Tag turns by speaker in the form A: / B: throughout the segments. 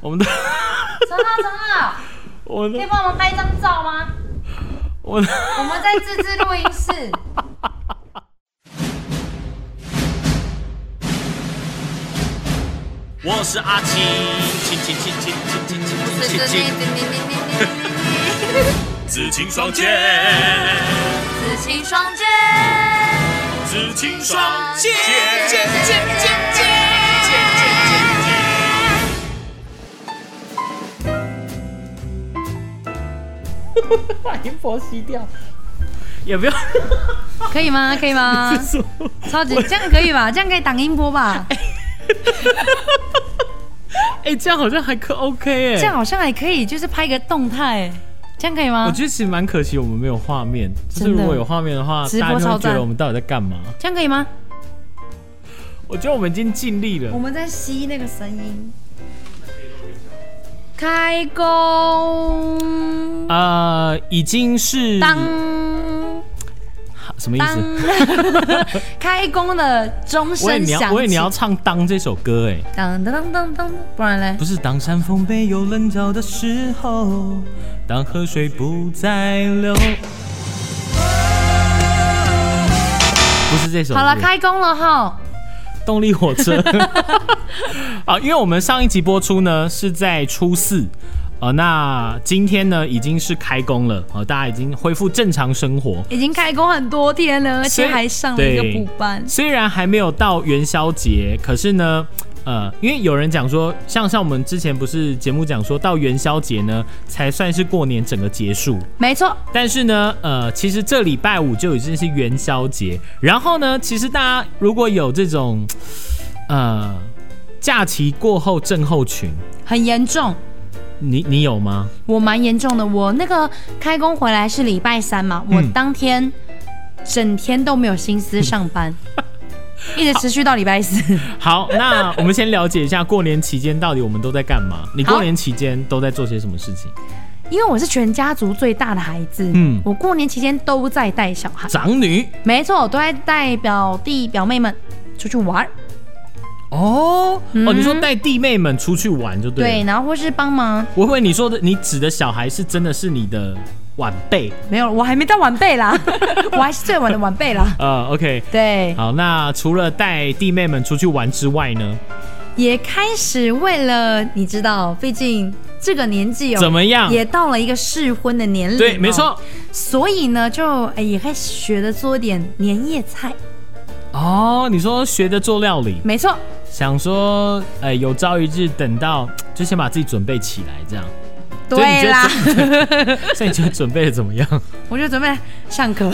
A: 我们的
B: 陈浩，陈浩，
A: 我们
B: 可以
A: 的
B: 帮我们拍一张照吗？
A: 我们的
B: 我们在自制录音室。
A: 我是阿青，青青青青青青青青青，紫青双剑，
B: 紫青双剑，
A: 紫青
B: 双剑
A: 剑剑剑剑剑剑。把音波吸掉，也不要
B: 可以吗？可以吗？
A: 说。
B: 超级这样可以吧？这样可以挡音波吧？
A: 哎、这样好像还可 OK 哎、
B: 这样好像还可以，就是拍一个动态，这样可以吗
A: 我？觉得其实蛮可惜，我们没有画面。就是
B: 真的
A: 如果有画面的话，
B: 直播
A: 大家就
B: 超
A: 会觉
B: 赞
A: 得我们到底在干嘛。
B: 这样可以吗？
A: 我觉得我们已经尽力了
B: 我。们在吸那个声音。开工，
A: 呃，已经是
B: 当
A: 什么意
B: 当
A: 思？，
B: 开工的钟
A: 我也
B: 声
A: 你要，
B: 响
A: 我也你
B: 起。
A: 要唱《当》这首歌哎，
B: 当当当当当，不然嘞？
A: 不是当山峰被有棱角的时候，当河水不再流，不是这首歌。
B: 好了，开工了哈。
A: 动力火车 啊，因为我们上一集播出呢是在初四，呃，那今天呢已经是开工了，呃，大家已经恢复正常生活。
B: 已经开工很多天了，而
A: 所
B: 且
A: 以
B: 还上了一个补班。
A: 虽然还没有到元宵节，可是呢，呃，因为有人讲说，像像我们之前不是节目讲说到元宵节呢，才算是过年整个结束。
B: 没错，
A: 但是呢，呃，其实这礼拜五就已经是元宵节，然后呢，其实大家如果有这种，呃，假期过后症候群，
B: 很严重。
A: 你你有吗？
B: 我蛮严重的，我那个开工回来是礼拜三
A: 嗯
B: 嘛，我当天整天都没有心思上班，一直持续到礼拜四。
A: 嗯好，那我们先了解一下过年期间到底我们都在干嘛？你过
B: 好
A: 年期间都在做些什么事情？
B: 因为我是全家族最大的孩子，
A: 嗯
B: 嗯，我过年期间都在带小 孩，
A: 长女
B: 没错，我都在带表弟表妹们出去玩儿，
A: 哦、哦，
B: 嗯
A: 你说带弟妹们出去玩就对了。
B: 对，然后或是帮忙，
A: 我以为你说的，你指的小孩是真的是你的晚辈。
B: 没有，我还没到晚辈 啦，我还是最晚的晚辈啦，
A: 呃，OK，
B: 对，
A: 好，那除了带弟妹们出去玩之外呢？
B: 也开始为了你知道，毕竟这个年纪哦，
A: 怎么样？
B: 也到了一个适婚的年龄、哦
A: 对，没。错。
B: 所以呢，就哎也开始学着做点年夜菜，
A: 哦，你说学着做料理，
B: 没错，
A: 想说，呃，有朝一日等到，就先把自己准备起来，这样。所以你觉
B: 对
A: 得
B: 啦，
A: 所以你觉得准备 的怎么 样？
B: 我就准备 上课。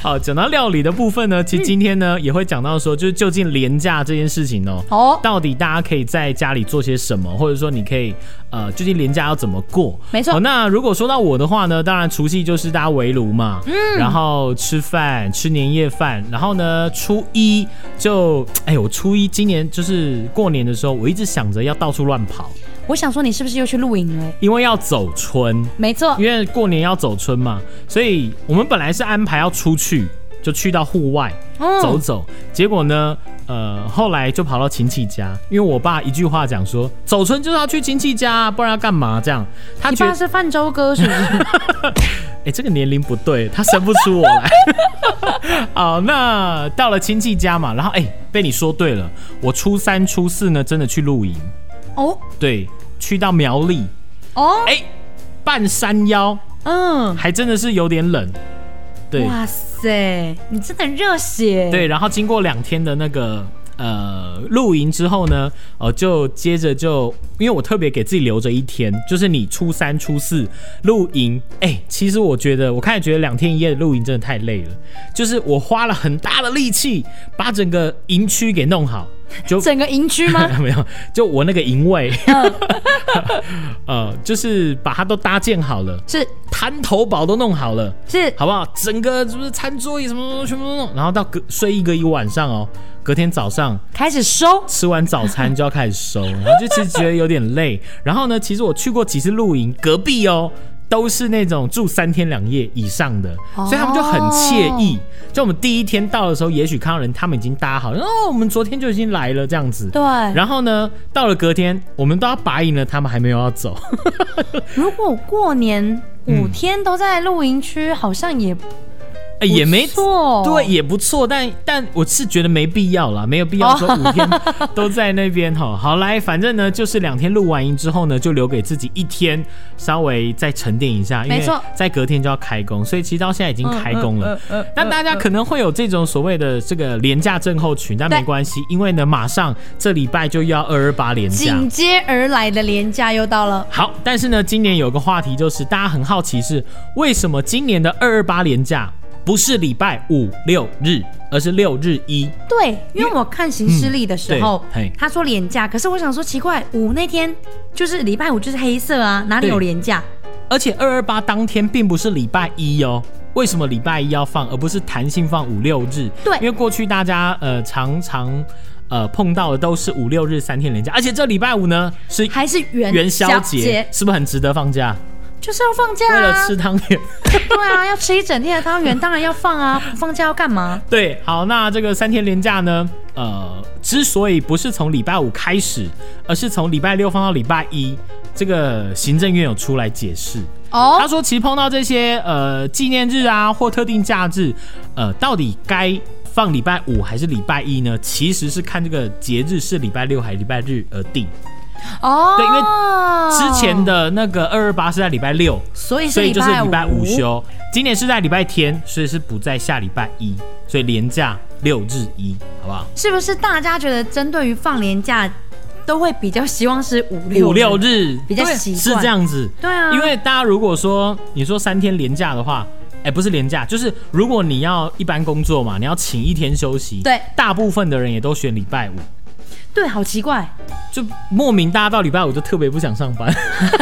A: 好，讲到料理的部分呢，其实今天呢、也会讲到说，就是究竟廉价这件事情哦，
B: 哦，
A: 到底大家可以在家里做些什么，或者说你可以呃，究竟廉价要怎么过？
B: 没错
A: 哦那如果说到我的话呢，当然除夕就是大家围炉嘛，嗯，然后吃饭吃年夜饭，然后呢初一就，哎，我初一今年就是过年的时候，我一直想着要到处乱跑，
B: 我想说你是不是又去露营了？
A: 因为要走春，
B: 没错，
A: 因为过年要走春嘛，所以我们本来是安排要出去，就去到户外。走
B: 嗯，
A: 走。结果呢，呃，后来就跑到亲戚家，因为我爸一句话讲说，走春就是要去亲戚家，不然要干嘛？这样，他
B: 你
A: 觉得
B: 爸，是泛舟哥是 不是？
A: 哎、这个年龄不对，他生不出我 来。好，那到了亲戚家嘛，然后哎、被你说对了，我初三、初四呢，真的去露营，
B: 哦
A: 对，去到苗栗，
B: 哦，
A: 哎、半山腰，
B: 嗯，
A: 还真的是有点冷，对
B: 哇塞，你真的很热血。，
A: 对，然后经过两天的那个呃露营之后呢，呃，就接着就因为我特别给自己留着一天，就是你初三、初四露营，哎、其实我觉得我开始觉得两天一夜的露营真的太累了，就是我花了很大的力气把整个营区给弄好， 就
B: 整个营区 吗？
A: 没有，就我那个营位， 呃，就是把它都搭建好了，
B: 是
A: 滩头堡都弄好了。
B: 是，
A: 好不好？整个就是餐桌椅什么什么全部都弄，然后到隔睡一个一晚上哦，隔天早上
B: 开始收。
A: 吃完早餐就要开始收，然后就其实觉得有点累。然后呢，其实我去过几次露营，隔壁哦都是那种住三天两夜以上的，
B: 哦
A: 所以他们就很惬意。就我们第一天到的时候，也许看到人他们已经搭好，哦，我们昨天就已经来了这样子。
B: 对，
A: 然后呢，到了隔天，我们都要拔营了，他们还没有要走。
B: 如果过年五天都在露营区，好像也
A: 哎，也没
B: 错，
A: 对，，也不错，但但我是觉得没必要啦，没有必要说
B: 哦
A: 五天 都在那边哈。好来，反正呢，就是两天录完音之后呢，就留给自己一天，稍微再沉淀一下，因为
B: 没错
A: 在隔天就要开工，所以其实到现在已经开工了。
B: 嗯嗯
A: 但大家可能会有这种所谓的这个廉价症候群，但
B: 对
A: 没关系，因为呢，马上这礼拜就要二二八廉价，
B: 紧接而来的廉价又到了，
A: 好，但是呢，今年有个话题就是大家很好奇是为什么今年的二二八连假不是礼拜五六日，而是六日一？
B: 对，因为我看行事历的时候
A: 嗯对嘿，
B: 他说廉价，可是我想说奇怪，五那天就是礼拜五就是黑色啊，哪里
A: 对
B: 有廉价？
A: 而且二二八当天并不是礼拜一哦。为什么礼拜一要放，而不是弹性放五六日？
B: 对
A: 因为过去大家呃常常呃碰到的都是五六日三天连假，而且这礼拜五呢是
B: 还是元
A: 元宵节
B: 节，，
A: 是不是很值得放假？
B: 就是要放假
A: 为了
B: 啊
A: 吃！汤圆。
B: 对啊，要吃一整天的汤圆，当然要放啊，不放假要干嘛？
A: 对，好，那这个三天连假呢，呃，之所以不是从礼拜五开始，而是从礼拜六放到礼拜一，这个行政院有出来解释。他
B: 哦，
A: 说，其实碰到这些呃纪念日啊或特定假日，呃，到底该放礼拜五还是礼拜一呢？其实是看这个节日是礼拜六还是礼拜日而定。
B: 哦，
A: 对因为之前，的那个二二八是在礼拜六，
B: 哦所以是
A: 所以就是礼拜
B: 拜
A: 五。休。今年是在礼拜天，所以是不在下礼拜一，所以连假六日一，好不好？
B: 是不是大家觉得针对于放年假，都会比较希望是五六
A: 五六？日
B: 比较
A: 对
B: 习惯
A: 是这样子，
B: 对啊，
A: 因为大家如果说你说三天连假的话。哎，不是连假，就是如果你要一般工作嘛，你要请一天休息。
B: 对
A: 大部分的人也都选礼拜五，
B: 对，好奇怪，
A: 就莫名大家到礼拜五就特别不想上班。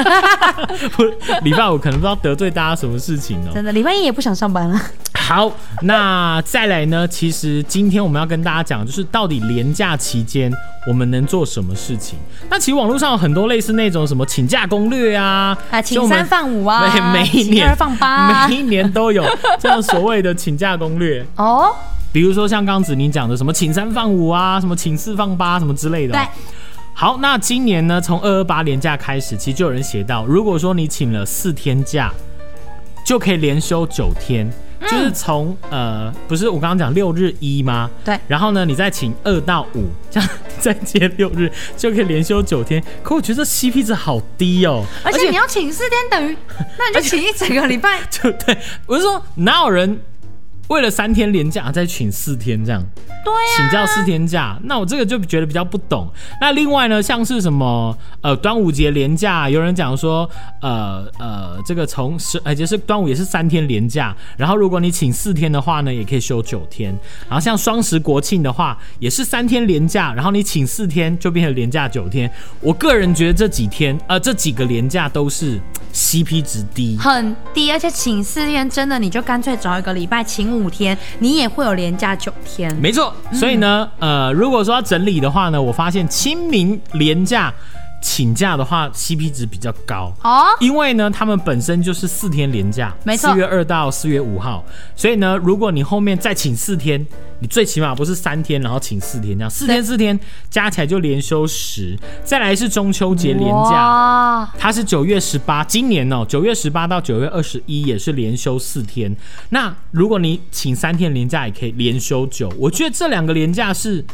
A: 不，礼拜五可能不知道得罪大家什么事情哦。
B: 真的，礼拜一也不想上 班了。
A: 好，那再来呢？其实今天我们要跟大家讲，就是到底廉假期间我们能做什么事情？那其实网络上有很多类似那种什么请假攻略啊，
B: 啊，
A: 就
B: 请
A: 我们
B: 三放五啊，
A: 每 每一
B: 请
A: 年
B: 二放八 啊
A: 每，一年都 有这样所谓的请假攻略，
B: 哦，
A: 比如说像刚子宁讲的什么请三放五啊，什么请四放八什么之类的哦、
B: 对，
A: 好，那今年呢，从二二八连假开始，其实就有人写到，如果说你请了四天假，就可以连休九天，
B: 嗯
A: 就是从呃，不是我刚刚讲六日一吗？
B: 对
A: 然后呢，你再请二到五， 这样再接六日，就可以连休九天。可我觉得这 CP 值好低哦，。
B: 而且你要请四天，等于那你就请一整个礼拜
A: 就对我是说，哪有人为了三天连假再请四天这样？
B: 对啊呀、
A: 请教四天假，那我这个就觉得比较不懂。那另外呢，像是什么呃端午节连假，有人讲说呃呃这个从十呃就是端午也是三天连假，然后如果你请四天的话呢，也可以休九天。然后像双十国庆的话，也是三天连假，然后你请四天就变成连假九天。我个人觉得这几天呃这几个连假都是 CP 值低。
B: 很低，而且请四天真的，你就干脆找一个礼拜请五天，你也会有连假九天。
A: 没错，所以呢，呃，如果说要整理的话呢，我发现清明廉假请假的话，CP 值比较高。
B: 哦，
A: 因为呢，他们本身就是四天连假，
B: 没错
A: 四月二到四月五号，所以呢，如果你后面再请四天，你最起码不是三天，然后请四天这样，四天四天加起来就连休十。再来是中秋节 连假，
B: 哇，
A: 它是九月十八，今年哦，九月十八到九月二十一也是连休四天。那如果你请三天连假，也可以连休九。我觉得这两个连假是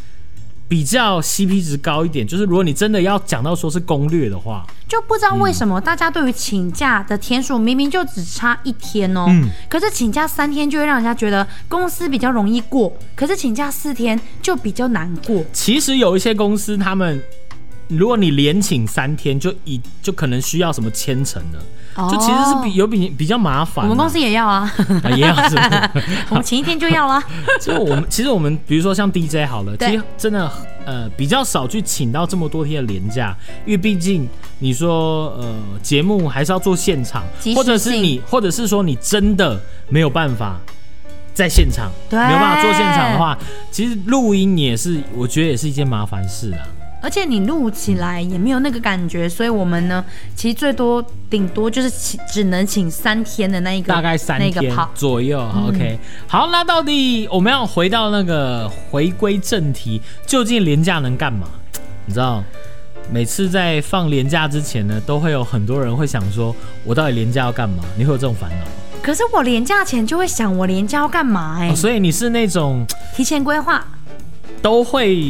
A: 比较 CP 值高一点，就是如果你真的要讲到说是攻略的话，
B: 就不知道为什
A: 嗯
B: 么大家对于请假的天数明明就只差一天哦，
A: 嗯
B: 可是请假三天就会让人家觉得公司比较容易过，可是请假四天就比较难过。
A: 其实有一些公司他们。如果你连请三天，就一就可能需要什么签呈了，
B: 哦
A: 就其实是比有比比较麻烦
B: 我
A: 啊。
B: 们公司也 要啊，
A: 啊也有是不是？
B: 我们请一天就要啊啦。
A: 就我们 其实我们比如说像 DJ 好了，其
B: 对
A: 实真的呃比较少去请到这么多天的连假，因为毕竟你说呃节目还是要做现场
B: 即，时
A: 或者是
B: 性
A: 你或者是说你真的没有办法。在现场
B: 对
A: 没有办法做现场的话，其实录音也是，我觉得也是一件麻烦事啊。
B: 而且你录起来也没有那个感觉，所以我们呢，其实最多顶多就是请只能请三天的那一个，
A: 大概三
B: 那个嗯
A: 天
B: 跑。
A: 左右。OK，好，那到底我们要回到那个回归正题，究竟廉价能干嘛？你知道，每次在放廉价之前呢，都会有很多人会想说，我到底廉价要干嘛？你会有这种烦恼吗、
B: 可是我廉假前就会想，我廉假要干嘛、哎、
A: 哦所以你是那种
B: 提前规划。
A: 都会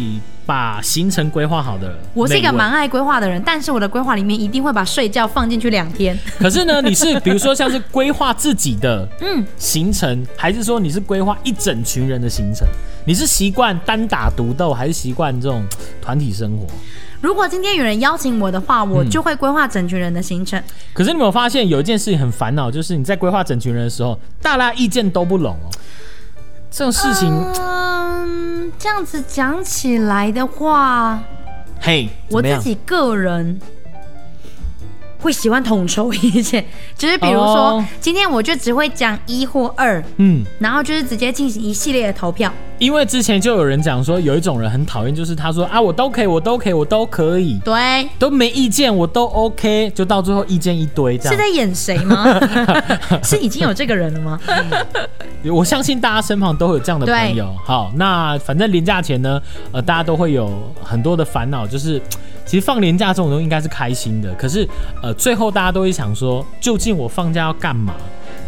A: 把行程规划好的人。
B: 我是一个
A: 那位
B: 蛮爱规划的人，但是我的规划里面一定会把睡觉放进去两天。
A: 可是呢，你是比如说像是规划自己的嗯行程，还是说你是规划一整群人的行程？你是习惯单打独斗，还是习惯这种团体生活？
B: 如果今天有人邀请我的话，我
A: 嗯
B: 就会规划整群人的行程。
A: 可是你有没有发现有一件事情很烦恼，就是你在规划整群人的时候，大家意见都不拢哦。这种事情，
B: 呃嗯，这样子讲起来的话，
A: 嘿，
B: 我
A: 怎么
B: 自
A: 样？
B: 己个人会喜欢统筹一切，就是比如说、
A: 哦
B: 今天我就只会讲一或二，
A: 嗯，
B: 然后就是直接进行一系列的投票。
A: 因为之前就有人讲说，有一种人很讨厌，就是他说啊，我都可以，我都可以，我都可以，
B: 对，
A: 都没意见，我都 OK，就到最后意见一堆这
B: 是
A: 样。
B: 在演谁吗？ 是已经有这个人了吗？
A: 我相信大家身旁都会有这样的朋友。好，那反正年假前呢，呃，大家都会有很多的烦恼，就是其实放年假这种东西应该是开心的，可是呃，最后大家都会想说，究竟我放假要干嘛？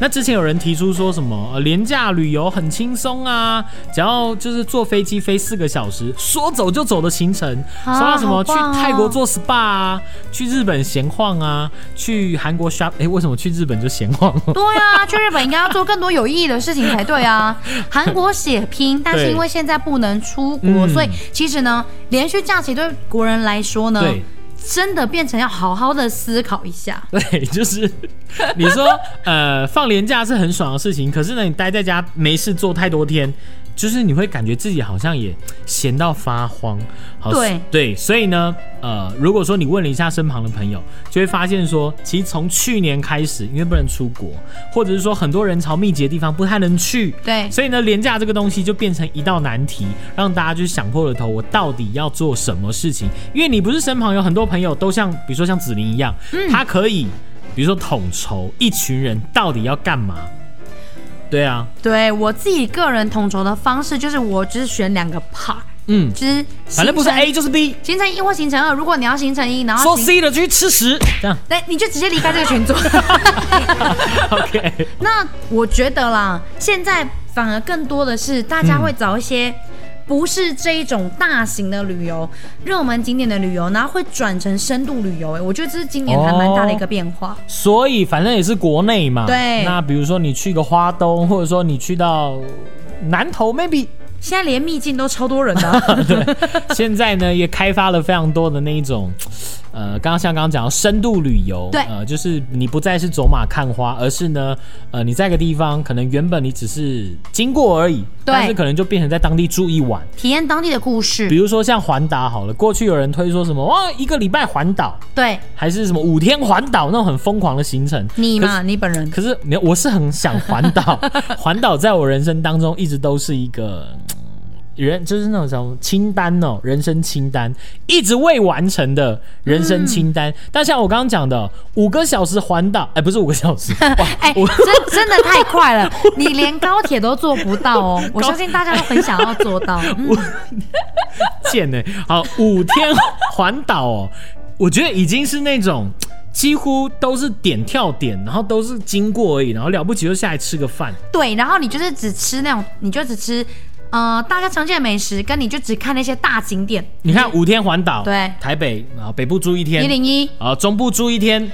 A: 那之前有人提出说什么呃，廉价旅游很轻松啊，只要就是坐飞机飞四个小时，说走就走的行程，说
B: 啊
A: 到什么
B: 好
A: 去
B: 棒哦
A: 泰国做 SPA 啊，去日本闲晃啊，去韩国 shop，哎、为什么去日本就闲晃？
B: 对啊，去日本应该要做更多有意义的事情才 对啊。韩国血拼，但是因为现在不能出国，
A: 嗯
B: 所以其实呢，连续假期对国人来说呢，
A: 对。
B: 真的变成要好好的思考一下。
A: 对，就是你说呃放年假是很爽的事情，可是呢你待在家没事做太多天，就是你会感觉自己好像也闲到发慌。好
B: 对
A: 对，所以呢呃如果说你问了一下身旁的朋友，就会发现说，其实从去年开始，因为不能出国，或者是说很多人潮密集的地方不太能去，
B: 对
A: 所以呢，廉价这个东西就变成一道难题，让大家就想破了头，我到底要做什么事情？因为你不是身旁有很多朋友都像，比如说像子琳一样，
B: 嗯
A: 他可以，比如说统筹一群人到底要干嘛？对啊，
B: 对我自己个人统筹的方式，就是我只选两个 part，
A: 嗯，
B: 就是
A: 反正不是
B: 行程
A: A 就是 B，
B: 行程一或行程二。如果你要行程一，然后
A: 说
B: 行
A: C 的就去吃屎，这样
B: 对，你就直接离开这个群组。
A: OK，
B: 那我觉得啦，现在反而更多的是大家会找一些不是这一种大型的旅游、热门景点的旅游，然后会转成深度旅游。哎，我觉得这是今年还蛮大的一个变化。
A: 所以反正也是国内嘛，
B: 对
A: 那比如说你去个花东，或者说你去到南投，maybe
B: 现在连秘境都超多人的啊、
A: 现在呢，也开发了非常多的那一种，呃，刚刚像刚刚讲到深度旅游，
B: 对
A: 呃，就是你不再是走马看花，而是呢，呃，你在一个地方，可能原本你只是经过而已，但是可能就变成在当地住一晚。
B: 体验当地的
A: 比
B: 故事。
A: 如说像环岛好了，过去有人推说什么哇，一个礼拜环岛，
B: 对
A: 还是什么五天环岛那种很疯狂的行程，
B: 你
A: 可
B: 嘛，你 本人
A: 可是没有，我是很想环岛，环岛在我人生当中一直都是一个。嗯人就是那种什么清单哦，人生清单一直未完成的人生清单。但像我刚刚讲的哦，五个小时环岛，哎、不是五个小时，哇
B: 哎、真真的太快了，你连高铁都做不到 哦。我相信大家都很想要做到。嗯、
A: 贱呢、欸好，五天环岛哦，我觉得已经是那种几乎都是点跳点，然后都是经过而已，然后了不起就下来吃个饭。
B: 对，然后你就是只吃那种，你就只吃呃大家常见的美食，跟你就只看那些大景点。
A: 你看五天环岛，
B: 对
A: 台北啊北部住一天，
B: 一 零一，
A: 啊，中部住一天。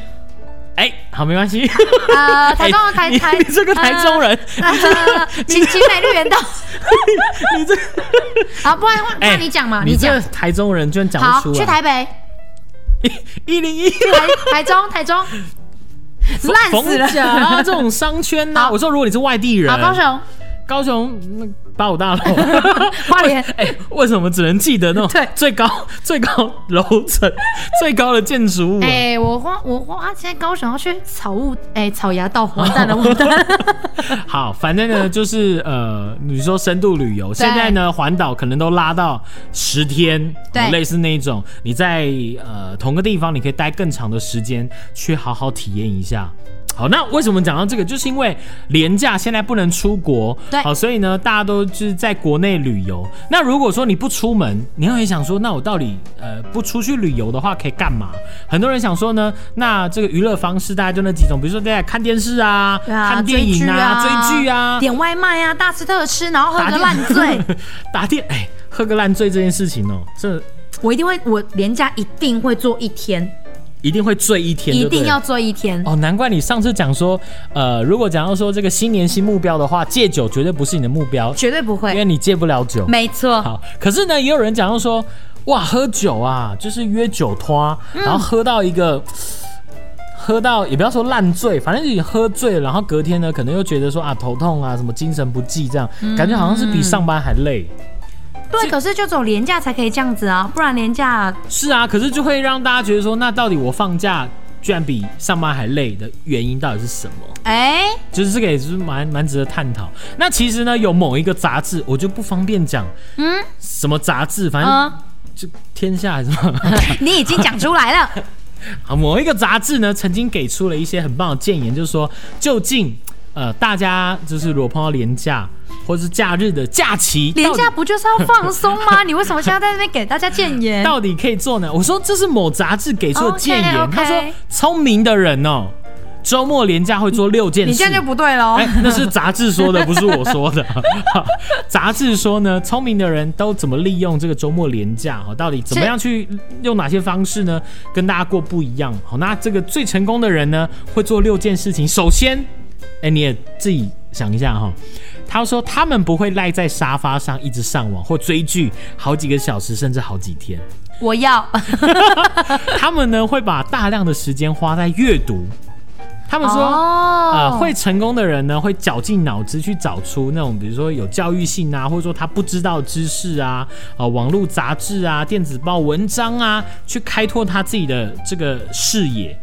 A: 哎，好，没关系。
B: 呃，台中台
A: 哎你
B: 台，
A: 你这个台中人，
B: 呃，呃晴晴美绿园道，
A: 你这 哎
B: 好，不然换换你讲嘛，
A: 你这
B: 讲
A: 个。台中人居然讲
B: 好
A: 不，出
B: 去
A: 来。
B: 台北，
A: 一零一
B: 去台 台中，台中，烂
A: 逢
B: 死了。
A: 甲啊，这种商圈呐。
B: 好
A: 我说，如果你是外地人，
B: 好，高雄，
A: 高雄那八五大楼。
B: 花莲
A: 哎、为什么只能记得那种
B: 对
A: 最高最高楼层、最高的建筑物、啊？
B: 哎、我花我花现在高雄要去草悟，哎、草芽道完 蛋了，完蛋了。
A: 好，反正呢就是呃，你说深度旅游，现在呢环岛可能都拉到十天，
B: 对
A: 哦类似那一种，你在呃同个地方你可以待更长的时间，去好好体验一下。好，那为什么讲到这个？就是因为廉价现在不能出国，
B: 对
A: 好，所以呢，大家都就是在国内旅游。那如果说你不出门，你会想说，那我到底呃不出去旅游的话可以干嘛？很多人想说呢，那这个娱乐方式大家就那几种，比如说大家看电视啊，
B: 对啊，
A: 看电影啊、追剧啊、
B: 点外卖啊，大吃特吃，然后喝
A: 打
B: 个
A: 电
B: 烂醉，
A: 打电哎，喝个烂醉这件事情哦，这
B: 我一定会，我廉价一定会做一天，
A: 一定会醉一天，
B: 一
A: 对不对
B: 定要做一天。
A: 哦。难怪你上次讲说，呃，如果讲到说这个新年新目标的话，戒酒绝对不是你的目标，
B: 绝对不
A: 因
B: 会
A: 为，你戒不了酒。
B: 没错，
A: 好，可是呢，也有人讲到说，哇，喝酒啊，就是约酒托，啊
B: 嗯
A: 然后喝到一个。喝到也不要说烂醉，反正你喝醉，然后隔天呢，可能又觉得说啊头痛啊，什么精神不济这样，
B: 嗯
A: 感觉好像是比上班还累。
B: 对，可是就走廉价才可以这样子啊，不然廉价
A: 是啊，可是就会让大家觉得说，那到底我放假居然比上班还累的原因到底是什么？
B: 哎、
A: 就是这个也是蛮蛮值得探讨。那其实呢，有某一个杂志，我就不方便讲
B: 嗯
A: 什么杂志，反正
B: 嗯，
A: 就天下还是什么。
B: 你已经讲出来了，
A: 好，某一个杂志呢，曾经给出了一些很棒的建言，就是说，究竟呃，大家就是如果碰到廉价或是假日的假期，
B: 廉
A: 到底
B: 价不就是要放松 吗？你为什么现在在那边给大家建言？
A: 到底可以做呢？我说这是某杂志给出的建言
B: 哦 OK，OK
A: 他说聪明的人哦，周末廉价会做六件事。
B: 你这样就不对喽、
A: 哎、那是杂志说的，不是我说的。 杂志说呢，聪明的人都怎么利用这个周末廉价？哦，到底怎么样去用哪些方式呢？跟大家过不一样。好，那这个最成功的人呢，会做六件事情。首先，哎、你也自己想一下哈、他说他们不会赖在沙发上一直上网或追剧好几个小时，甚至好几天。
B: 我要，
A: 他们呢会把大量的时间花在阅读。他们说，
B: 哦
A: 呃，会成功的人呢，会绞尽脑汁去找出那种，比如说有教育性啊，或者说他不知道的知识啊，啊、网络杂志啊，电子报文章啊，去开拓他自己的这个视野，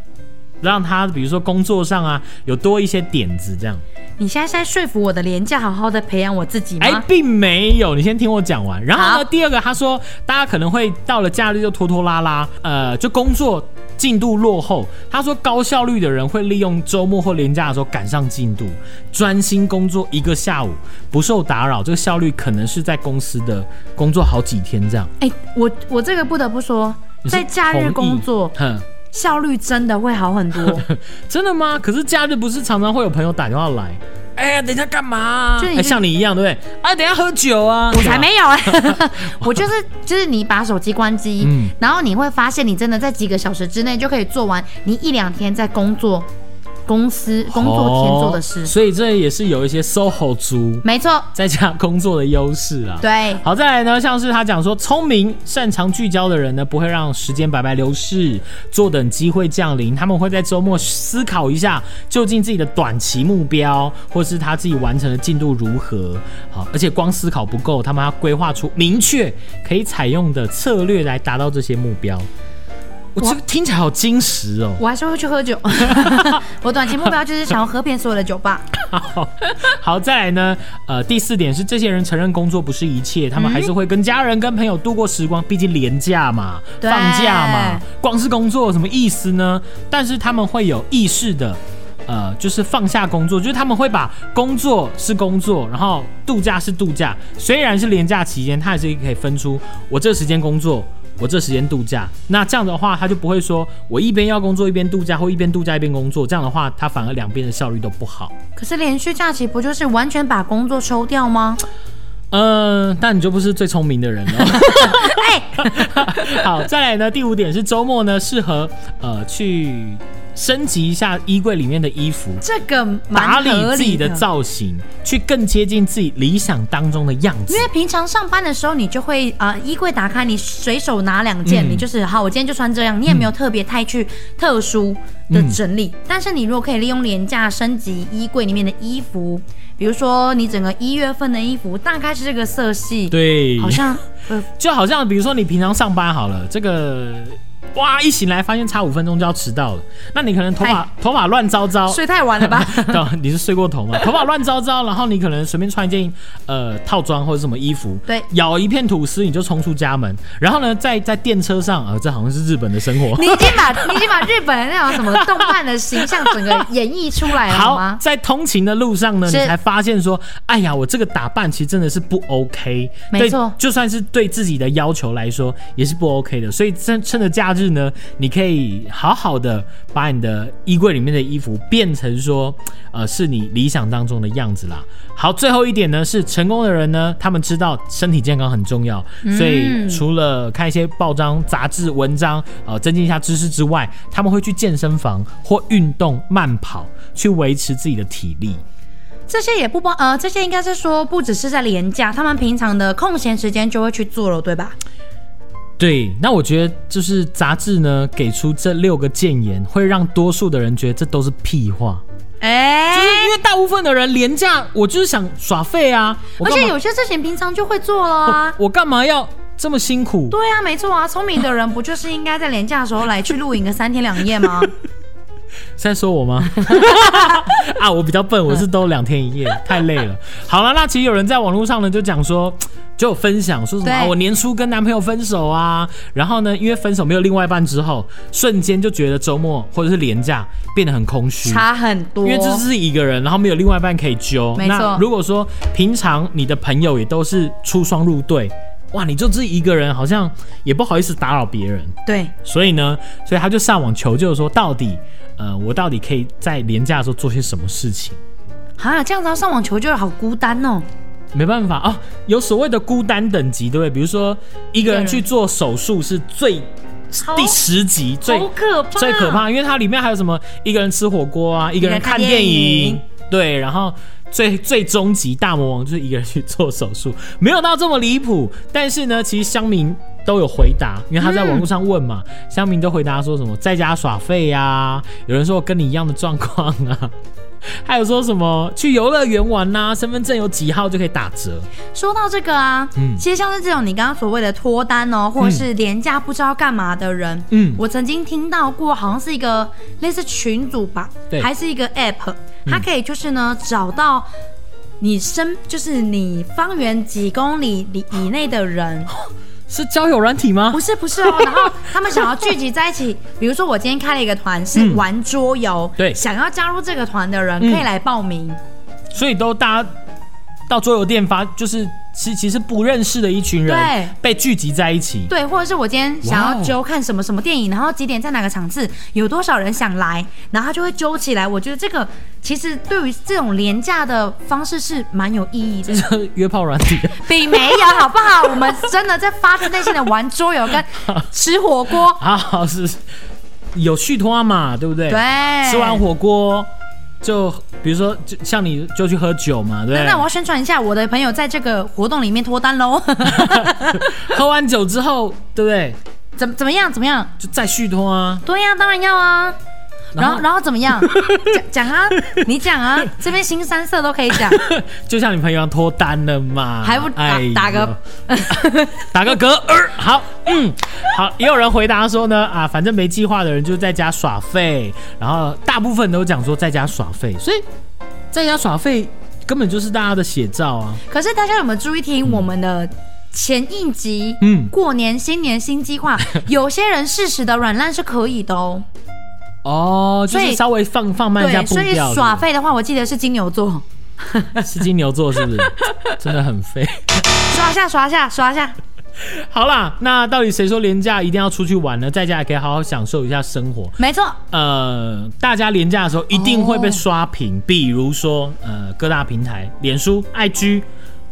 A: 让他比如说工作上啊，有多一些点子这样。
B: 你现在是在说服我的廉价好好的培养我自己吗？
A: 哎，并没有，你先听我讲完。然后
B: 好
A: 呢，第二个他说，大家可能会到了假日就拖拖拉拉，呃，就工作进度落后。他说，高效率的人会利用周末或年假的时候赶上进度，专心工作一个下午，不受打扰。这个效率可能是在公司的工作好几天这样。
B: 哎、我我这个不得不说，
A: 你是
B: 在假日工作
A: 同意，哼，
B: 效率真的会好很多。
A: 真的啊吗？可是假日不是常常会有朋友打电话来？哎，等一下干嘛啊？
B: 就你
A: 哎，像你一样，对不对？哎，等一下喝酒啊？
B: 我才
A: 对吧
B: 没有哎、 我就是就是你把手机关机，
A: 嗯
B: 然后你会发现你真的在几个小时之内就可以做完你一两天在工作公司工作天做的事。
A: 哦所以这也是有一些 SOHO 族
B: 没错，
A: 在家工作的优势啊。。
B: 对，
A: 好，再来呢，像是他讲说，聪明、擅长聚焦的人呢，不会让时间白白流逝，坐等机会降临。他们会在周末思考一下，究竟自己的短期目标，或是他自己完成的进度如何。好，而且光思考不够，他们要规划出明确可以采用的策略来达到这些目标。我这个听起来好精实哦。
B: 我还是会去喝酒。 我短期目标就是想要喝遍所有的酒吧。
A: 好， 好，再来呢，呃，第四点是这些人承认工作不是一切，他们还是会跟家人、跟朋友度过时光，毕竟廉价嘛，
B: 对
A: 放假嘛，光是工作有什么意思呢？但是他们会有意识的。呃，就是放下工作，就是他们会把工作是工作，然后度假是度假。虽然是廉价期间，他还是可以分出我这时间工作，我这时间度假。那这样的话，他就不会说我一边要工作一边度假，或一边度假一边工作。这样的话，他反而两边的效率都不好。
B: 可是连续假期不就是完全把工作抽掉吗？
A: 嗯，但你就不是最聪明的人了。
B: 哎，
A: 好，再来呢，第五点是周末呢适合呃去升级一下衣柜里面的衣服，
B: 这个
A: 打
B: 蛮
A: 理
B: 合
A: 自己
B: 理
A: 的造型，去更接近自己理想当中的样子
B: 因。为平常上班的时候，你就会啊、呃衣柜打开，你随手拿两件，
A: 嗯
B: 你就是好，我今天就穿这样，你也没有特别太去特殊的整理。但是你如果可以利用廉价升级衣柜里面的衣服，比如说你整个一月份的衣服大概是这个色系，
A: 对，
B: 好像呃
A: 就好像比如说你平常上班好了，这个哇一醒来发现差五分钟就要迟到了，那你可能头发
B: 嗨
A: 头发乱糟糟，
B: 睡太晚 了吧？
A: 到啊你是睡过头 吗？头发乱糟糟，然后你可能随便穿一件呃套装或者什么衣服，
B: 对
A: 咬一片吐司你就冲出家门，然后呢，在在电车上，呃，这好像是日本的生活。
B: 你已经把你已经把日本的那种什么动漫的形象整个演绎出来了好
A: 好
B: 吗，？
A: 在通勤的路上呢，你
B: 是
A: 才发现说，哎呀，我这个打扮其实真的是不 OK，
B: 没
A: 对
B: 错
A: 就算是对自己的要求来说也是不 OK 的。所以趁趁着假日呢，你可以好好的把你的衣柜里面的衣服变成说，呃，是你理想当中的样子啦。好，最后一点呢是成功的人呢，他们知道身体健康很重要，所
B: 嗯
A: 以除了看一些报章、杂志、文章，呃，增进一下知识之外，他们会去健身房或运动、慢跑，去维持自己的体力。
B: 这些也不包呃，这些应该是说不只是在廉价，他们平常的空闲时间就会去做了，对吧？
A: 对，那我觉得就是杂志呢给出这六个谏言，会让多数的人觉得这都是屁话，
B: 哎、
A: 就是因为大部分的人廉价，我就是想耍废啊，我
B: 而
A: 干
B: 且
A: 嘛
B: 有些事情平常就会做了啊。
A: 我干嘛要这么辛苦？
B: 对啊，没错啊，聪明的人不就是应该在廉价的时候来去露营个三天两夜
A: 嗯
B: 吗？
A: 是在说我吗？啊，我比较笨，我是都两天一夜，太累了。好了，那其实有人在网络上呢就讲说，就有分享说什么、
B: 对
A: 啊我年初跟男朋友分手啊，然后呢因为分手没有另外一半之后，瞬间就觉得周末或者是年假变得很空虚，
B: 差很多，
A: 因为这是一个人，然后没有另外一半可以揪。
B: 没错
A: 那如果说平常你的朋友也都是出双入对，哇，你就自己一个人，好像也不好意思打扰别人。
B: 对，
A: 所以呢，所以他就上网求救说，到底，呃，我到底可以在廉价的时候做些什么事情？
B: 啊，这样子要上网求救好孤单哦。
A: 没办法哦，有所谓的孤单等级，对不对？比如说一个人去做手术是最
B: 好
A: 第十级最
B: 好可怕，
A: 最可。怕，因为它里面还有什么一个人吃火锅啊，一个人看
B: 一个人
A: 电
B: 看电
A: 影
B: 影，
A: 对，然后最最终极大魔王就是一个人去做手术，没有到这么离谱，但是呢，其实乡民。都有回答，因为他在网络上问嘛，乡、民都回答说什么在家耍废呀、有人说我跟你一样的状况啊， 还有说什么去游乐园玩呐、身份证有几号就可以打折，
B: 说到这个啊，
A: 嗯
B: 其实像是这种你刚刚所谓的脱单哦，或者是廉价不知道干嘛的人，
A: 嗯
B: 我曾经听到过，好像是一个类似群组吧，
A: 对嗯
B: 还是一个 app，它可以就是呢、找到。你身就是你方圆几公里里以内的人，
A: 是交友软体吗
B: 不？是不 是哦，然后他们想要聚集在一起，比如说我今天开了一个团是
A: 嗯
B: 玩桌游，
A: 对
B: 想要加入这个团的人可
A: 嗯
B: 以来报名，
A: 所以都大家到桌游店发，就是其其实不认识的一群
B: 对
A: 人被聚集在一起。
B: 对，或者是我今天想
A: 哇
B: 要
A: 哦
B: 揪看什么什么电影，然后几点在哪个场次，有多少人想来，然后他就会揪起来。我觉得这个其实对于这种廉价的方式是蛮有意 义的，
A: 就是约炮软体，
B: 并没有好不好？我们真的在发自内心的玩桌游跟吃火锅，
A: 啊，是有续托嘛，对不对？
B: 对，，
A: 吃完。火锅就比如说，就像你就去喝酒嘛， 对不
B: 那
A: 对？
B: 那我要宣传一下，我的朋友在这个活动里面脱单喽，
A: 喝完酒之后，对不对？
B: 怎么怎么样？怎么样？
A: 就再续托啊。
B: 对呀、当然要啊。然后，然后怎么样？讲讲啊，你讲 啊，这边新三色都可以讲，
A: 就像你朋友脱单了嘛，
B: 还不打
A: 哎呦
B: 打个
A: 打个嗝，呃，好，嗯，好，也有人回答说呢，啊，反正没计划的人就在家耍废，然后大部分都讲说在家耍废，所以在家耍废根本就是大家的写照啊，
B: 可是大家有没有注意听我们的前一集？
A: 嗯
B: 过年新年新计 划，有些人适时的软烂是可以的哦。
A: 哦，就
B: 所
A: 是
B: 以
A: 稍微放放慢一下
B: 对，
A: 步
B: 所
A: 调
B: 以
A: 是不是，
B: 耍废的话，我记得是金牛座，
A: 是金牛座是不是？ 真的很废。
B: 刷一下刷一下刷一下。
A: 好啦，那到底谁说廉价一定要出去玩呢？在家也可以好好享受一下生活。
B: 没错，
A: 呃，大家廉价的时候一定会被刷屏，比如说呃各大平台，脸书、IG，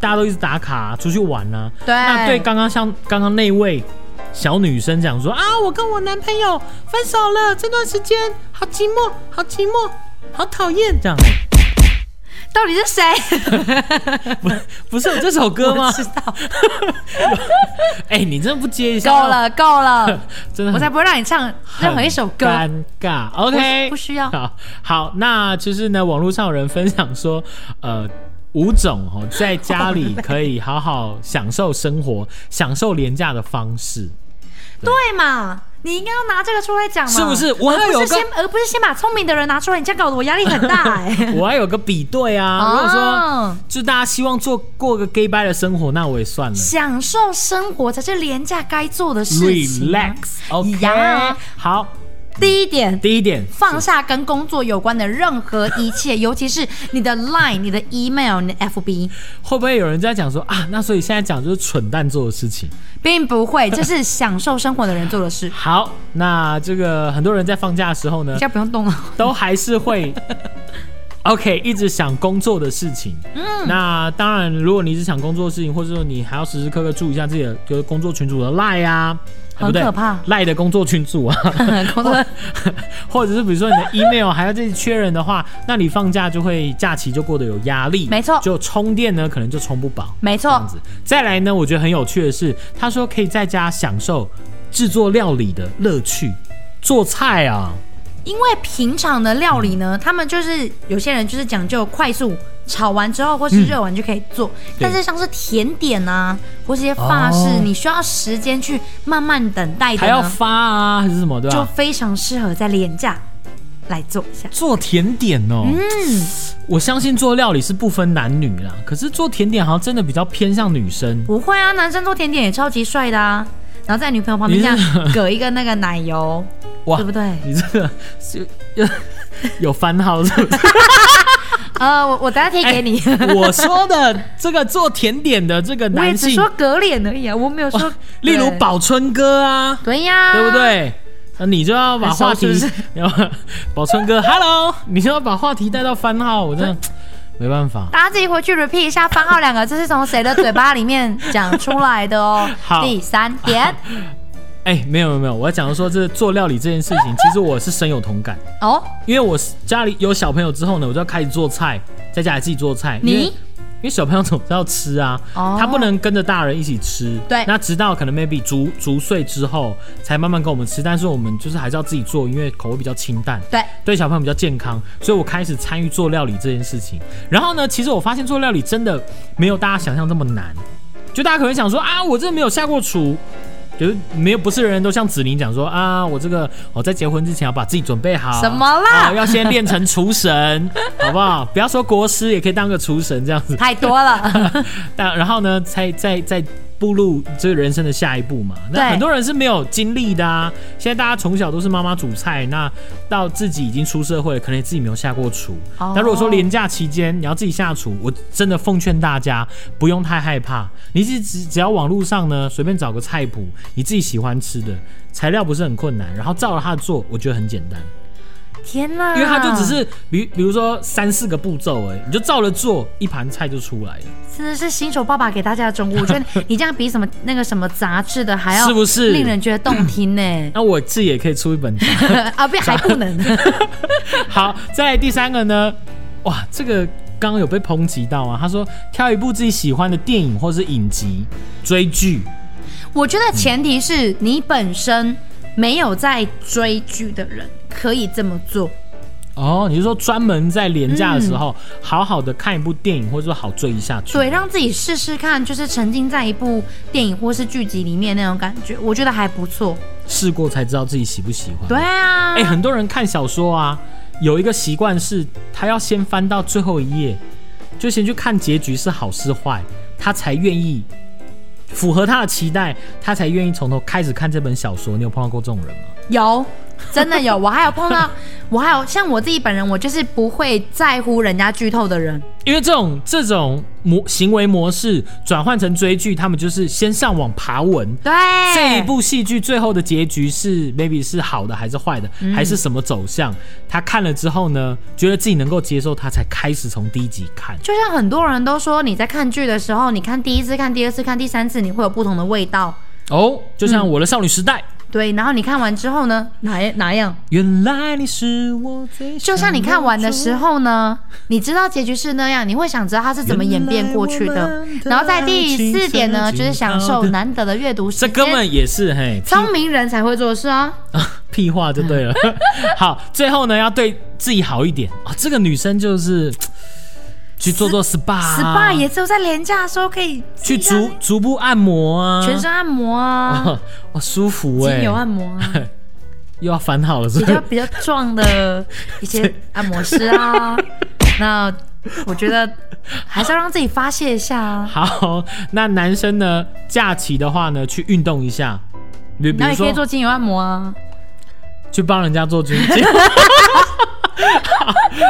A: 大家都一直打卡、出去玩呢、啊。
B: 对
A: 那对刚刚像刚刚那位小女生讲说啊，我跟我男朋友分手了，这段时间好寂寞，好寂寞，好讨厌，这样
B: 到底是谁？
A: 不不是有这首歌吗
B: 我？知道，
A: 哎、你真的不接一下？
B: 够，了够 了，
A: 真的
B: 我
A: 很
B: 才不会让你唱任何一首歌。
A: 很尴尬。OK，
B: 不需要
A: 好，好，那就是呢，网络上有人分享说，呃。五种哦，在家里可以好好享受生活、享受廉价的方 式，
B: 对嘛？你应该要拿这个出来讲嘛，
A: 是不是我
B: 而
A: 还有
B: 不是
A: 个
B: 先，而不是先把聪明的人拿出来，你这样搞得我压力很大 哎、
A: 我要有个比对啊。如果
B: 哦
A: 说就大家希望做过个 gay bye 的生活，那我也算了。
B: 享受生活才是廉价该做的事情啊。
A: Relax，OK、
B: 呀
A: 好，
B: 第一点，
A: 第一点，
B: 放下跟工作有关的任何一切， 尤其是你的 Line、你的 Email、你的 FB，
A: 会不会有人在讲说啊？那所以现在讲就是蠢蛋做的事情。，
B: 并不会，这是享受生活的人做的事
A: 好，那这个很多人在放假的时候呢
B: 比，较不用动了。
A: 都还是 会 OK，一直想工作的事情。嗯，那当然，如果你是想工作的事情，或者说你还要时时刻刻注意一下自己的就是工作群组的赖啊，
B: 很
A: 哎不对
B: 可怕
A: 赖的工作群组 啊，
B: 工作
A: 或者是比如说你的 email 还要自己确认的话，那你放假就会假期就过得有压力，
B: 没错
A: 就充电呢可能就充不饱。
B: 没
A: 这样
B: 错，
A: 子，再来呢，我觉得很有趣的是，他说可以在家享受制作料理的乐趣，做菜啊，
B: 因为平常的料理
A: 嗯
B: 呢，他们就是有些人就是讲究快速。炒完之后或
A: 嗯
B: 是热完就可以做，但是像是甜点啊，或是一些法式，
A: 哦
B: 你需要时间去慢慢等待的
A: 还要
B: 呢，
A: 发啊，还是什么对吧、
B: 就非常适合在廉价来做一下。
A: 做甜点哦，
B: 嗯
A: 我相信做料理是不分男女啦，可是做甜点好像真的比较偏向女生。
B: 不会啊，男生做甜点也超级帅的啊。然后在女朋友旁边这 样搁一个那个奶油，
A: 哇
B: 对不对？
A: 你这个是有番号是不是？
B: 呃，我我等下贴给你。
A: 我说的这个做甜点的这个
B: 我也
A: 哎男
B: 只
A: 性，
B: 说隔脸而已啊，我没有说
A: 哇。例如
B: 对，
A: 宝春哥啊，
B: 对呀，
A: 对不？对？呃你就要把话题
B: 很熟是不，
A: 然后宝春哥，Hello，你就要把话题带到番号，我真的没办法。。
B: 大家自己回去 repeat 一下“番号”两个字是从谁的嘴巴里面讲出来的哦
A: 好
B: 第三点
A: 哎、没有没有没有，我要讲的说这做料理这件事情，其实我是深有同感，
B: 哦，
A: 因为我是家里有小朋友之后呢，我就要开始做菜，在家里自己做菜。因为
B: 你
A: 因为小朋友总是要吃啊，
B: 哦
A: 他不能跟着大人一起吃。
B: 对
A: 那直到可能 maybe 逐逐岁之后，才慢慢跟我们吃，但是我们就是还是要自己做，因为口味比较清淡。
B: 对，
A: 对小朋友比较健康，所以我开始参与做料理这件事情。然后呢，其实我发现做料理真的没有大家想象这么难。就大家可能想说啊，我真的没有下过厨，就是没有不是人人都像子宁讲说啊，我这个我在结婚之前要把自己准备好，
B: 什么啦
A: 哦要先练成厨神，好不好？不要说国师，也可以当个厨神这样子。
B: 太 多了。
A: 但然后呢，才再再步入这个人生的下一步嘛。
B: 对
A: 那很多人是没有经历的啊。现在大家从小都是妈妈煮菜，那到自己已经出社会了，可能也自己没有下过厨。
B: 哦
A: 那如果说廉假期间你要自己下厨，我真的奉劝大家不用太害怕，你只只只要网络上呢随便找个菜谱，你自己喜欢吃的材料不是很困难，然后照着它做，我觉得很简单。
B: 天哪！
A: 因为它就只
B: 嗯
A: 是比比如说三四个步骤而已，你就照着做，一盘菜就出来了。
B: 真的是新手爸爸给大家的忠告，我觉得你这样比什么那个什么杂志的还要，
A: 是不是
B: 令人觉得动听呢？
A: 那我自己也可以出一本杂 志
B: 啊，不，还不能。
A: 好，再来第三个呢，哇，这个刚刚有被抨击到啊。他说挑一部自己喜欢的电影或是影集追剧，
B: 我觉得前提是你本身没有在追剧的人可以这么做。
A: 哦，你是说专门在廉价的时候、好好的看一部电影，或者说好追一下剧？
B: 嗯对，让自己试试看，就是沉浸在一部电影或是剧集里面那种感觉，我觉得还不错。
A: 试过才知道自己喜不喜欢。
B: 对啊，
A: 哎、很多人看小说啊，有一个习惯是他要先翻到最后一页，就先去看结局是好是坏，他才愿意符合他的期待，他才愿意从头开始看这本小说。你有碰到过这种人吗？
B: 有，真的有，我还有碰到，我还有像我自己本人，我就是不会在乎人家剧透的人。
A: 因为这种这种模行为模式转换成追剧，他们就是先上网爬文。
B: 对，
A: 这一部戏剧最后的结局是 maybe 是好的还是坏的，还是什么走向？他看了之后呢，觉得自己能够接受，他才开始从第一集看。
B: 就像很多人都说，你在看剧的时候，你看第一次、看第二次、看第三次，你会有不同的味道。
A: 哦，就像我的少女时代，
B: 对，然后你看完之后呢，哪哪样？
A: 原来你是我最
B: 就像你看完的时候呢，你知道结局是那样，你会想知道它是怎么演变过去
A: 原来
B: 的
A: 我们。的
B: 然后在第四点呢，就是享受难得的阅读时
A: 这
B: 间。
A: 根本也是嘿屁
B: 聪明人才会做的事啊！
A: 屁话就 对了。好，最后呢要对自己好一点啊、哦这个女生就是去做做 SPA，SPA、
B: SPA 也只有在廉价的时候可以
A: 去
B: 自己
A: 足
B: 在
A: 足部按摩啊，
B: 全身按摩 啊，
A: 哇哇舒服哎、
B: 精油按摩啊，
A: 又要烦恼了是
B: 比
A: 不是
B: 较？比较壮的一些按摩师啊。那我觉得还是要让自己发泄一下啊。
A: 好，那男生呢，假期的话呢，去运动一下，比比
B: 那
A: 如
B: 也可以
A: 说
B: 做精油按摩啊，
A: 去帮人家做军训。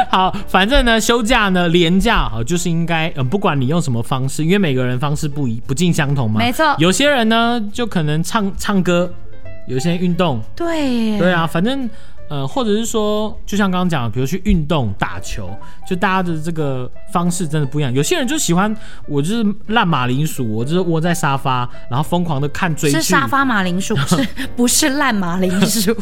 A: 好，好反正呢，休假呢，廉假好，就是应该，呃，不管你用什么方式，因为每个人方式不一，不尽相同嘛。
B: 没错
A: 有些人呢，就可能唱唱歌，有些人运动，
B: 对耶
A: 对啊，反正呃，或者是说，就像刚刚讲的，比如去运动、打球，就大家的这个方式真的不一样。有些人就喜欢我就是烂马铃薯，我就是窝在沙发，然后疯狂的看追剧。
B: 是沙发马铃薯，不是不是烂马铃薯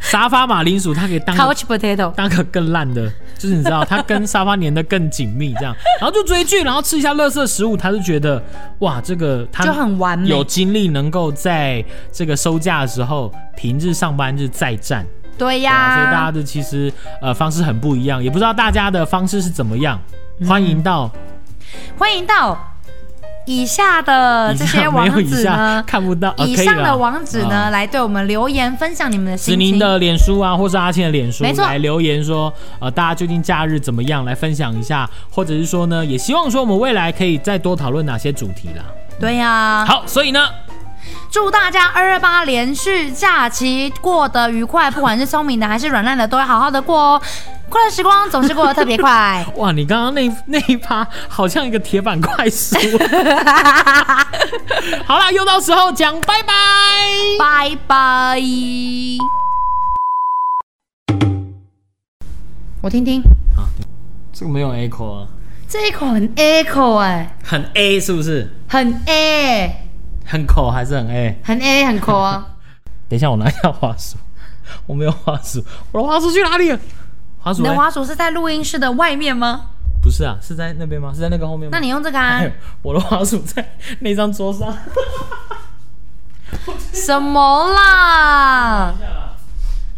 A: 沙发马铃薯，它可以当个
B: ，couch potato。
A: 当个更烂的，就是你知道，它跟沙发粘得更紧密， 这样，然后就追剧，然后吃一下垃圾食物，他就觉得哇，这个他
B: 就很完美
A: 嗯有精力能够在这个收假的时候，平日上班日再战。
B: 对呀、
A: 啊，所以大家的其实呃方式很不一样，也不知道大家的方式是怎么样。
B: 嗯
A: 欢迎到
B: 欢迎到以下
A: 以
B: 的呃这
A: 上
B: 些
A: 没有
B: 网
A: 以
B: 址
A: 下
B: 呢，
A: 看不到，呃
B: 以
A: 可以
B: 上
A: 啦
B: 的网址呢，
A: 啊
B: 来对我们留言分享你们的
A: 子
B: 心
A: 宁
B: 情。
A: 的脸书啊，或是阿倩的脸书
B: 没错
A: 来留言说，呃，大家最近假日怎么样？来分享一下，或者是说呢，也希望说我们未来可以再多讨论哪些主题啦。
B: 对呀、
A: 好，所以呢，
B: 祝大家二二八连续假期过得愉快，不管是聪明的还是软烂的，都会好好的过哦。快乐时光总是过得特别 快。
A: 哇，你刚刚那一那一趴好像一个铁板快 速。好啦，又到时候讲，拜拜。
B: 拜拜。我听听，
A: 这个没有 echo 啊，
B: 这一口很 echo 哎、
A: 很 A 是不是？
B: 很 a
A: 很口还是很 A？
B: 很 a 很抠啊。
A: 等一下，我拿一下花束，我没有花束，我的花束去哪里了？花束
B: 你
A: 嘞、
B: 的滑鼠是在录音室的外面吗？
A: 不是啊，是在那边吗？是在那个后面吗？
B: 那你用这个
A: 哎
B: 啊？
A: 我的花束在那张桌上。
B: 什么啦？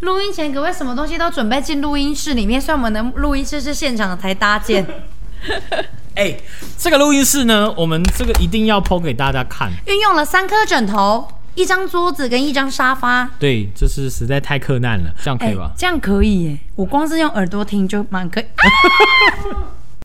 B: 录音前各位什么东西都准备进录音室里面，虽然我们的录音室是现场才搭 建，
A: 哎、这个录音室呢，我们这个一定要剖给大家看。
B: 运用了三颗枕头、一张桌子跟一张沙发，哎
A: 对，就是实在太哎困难了，这样可以吧？
B: 这样可以耶！我光是用耳朵听就蛮可以。啊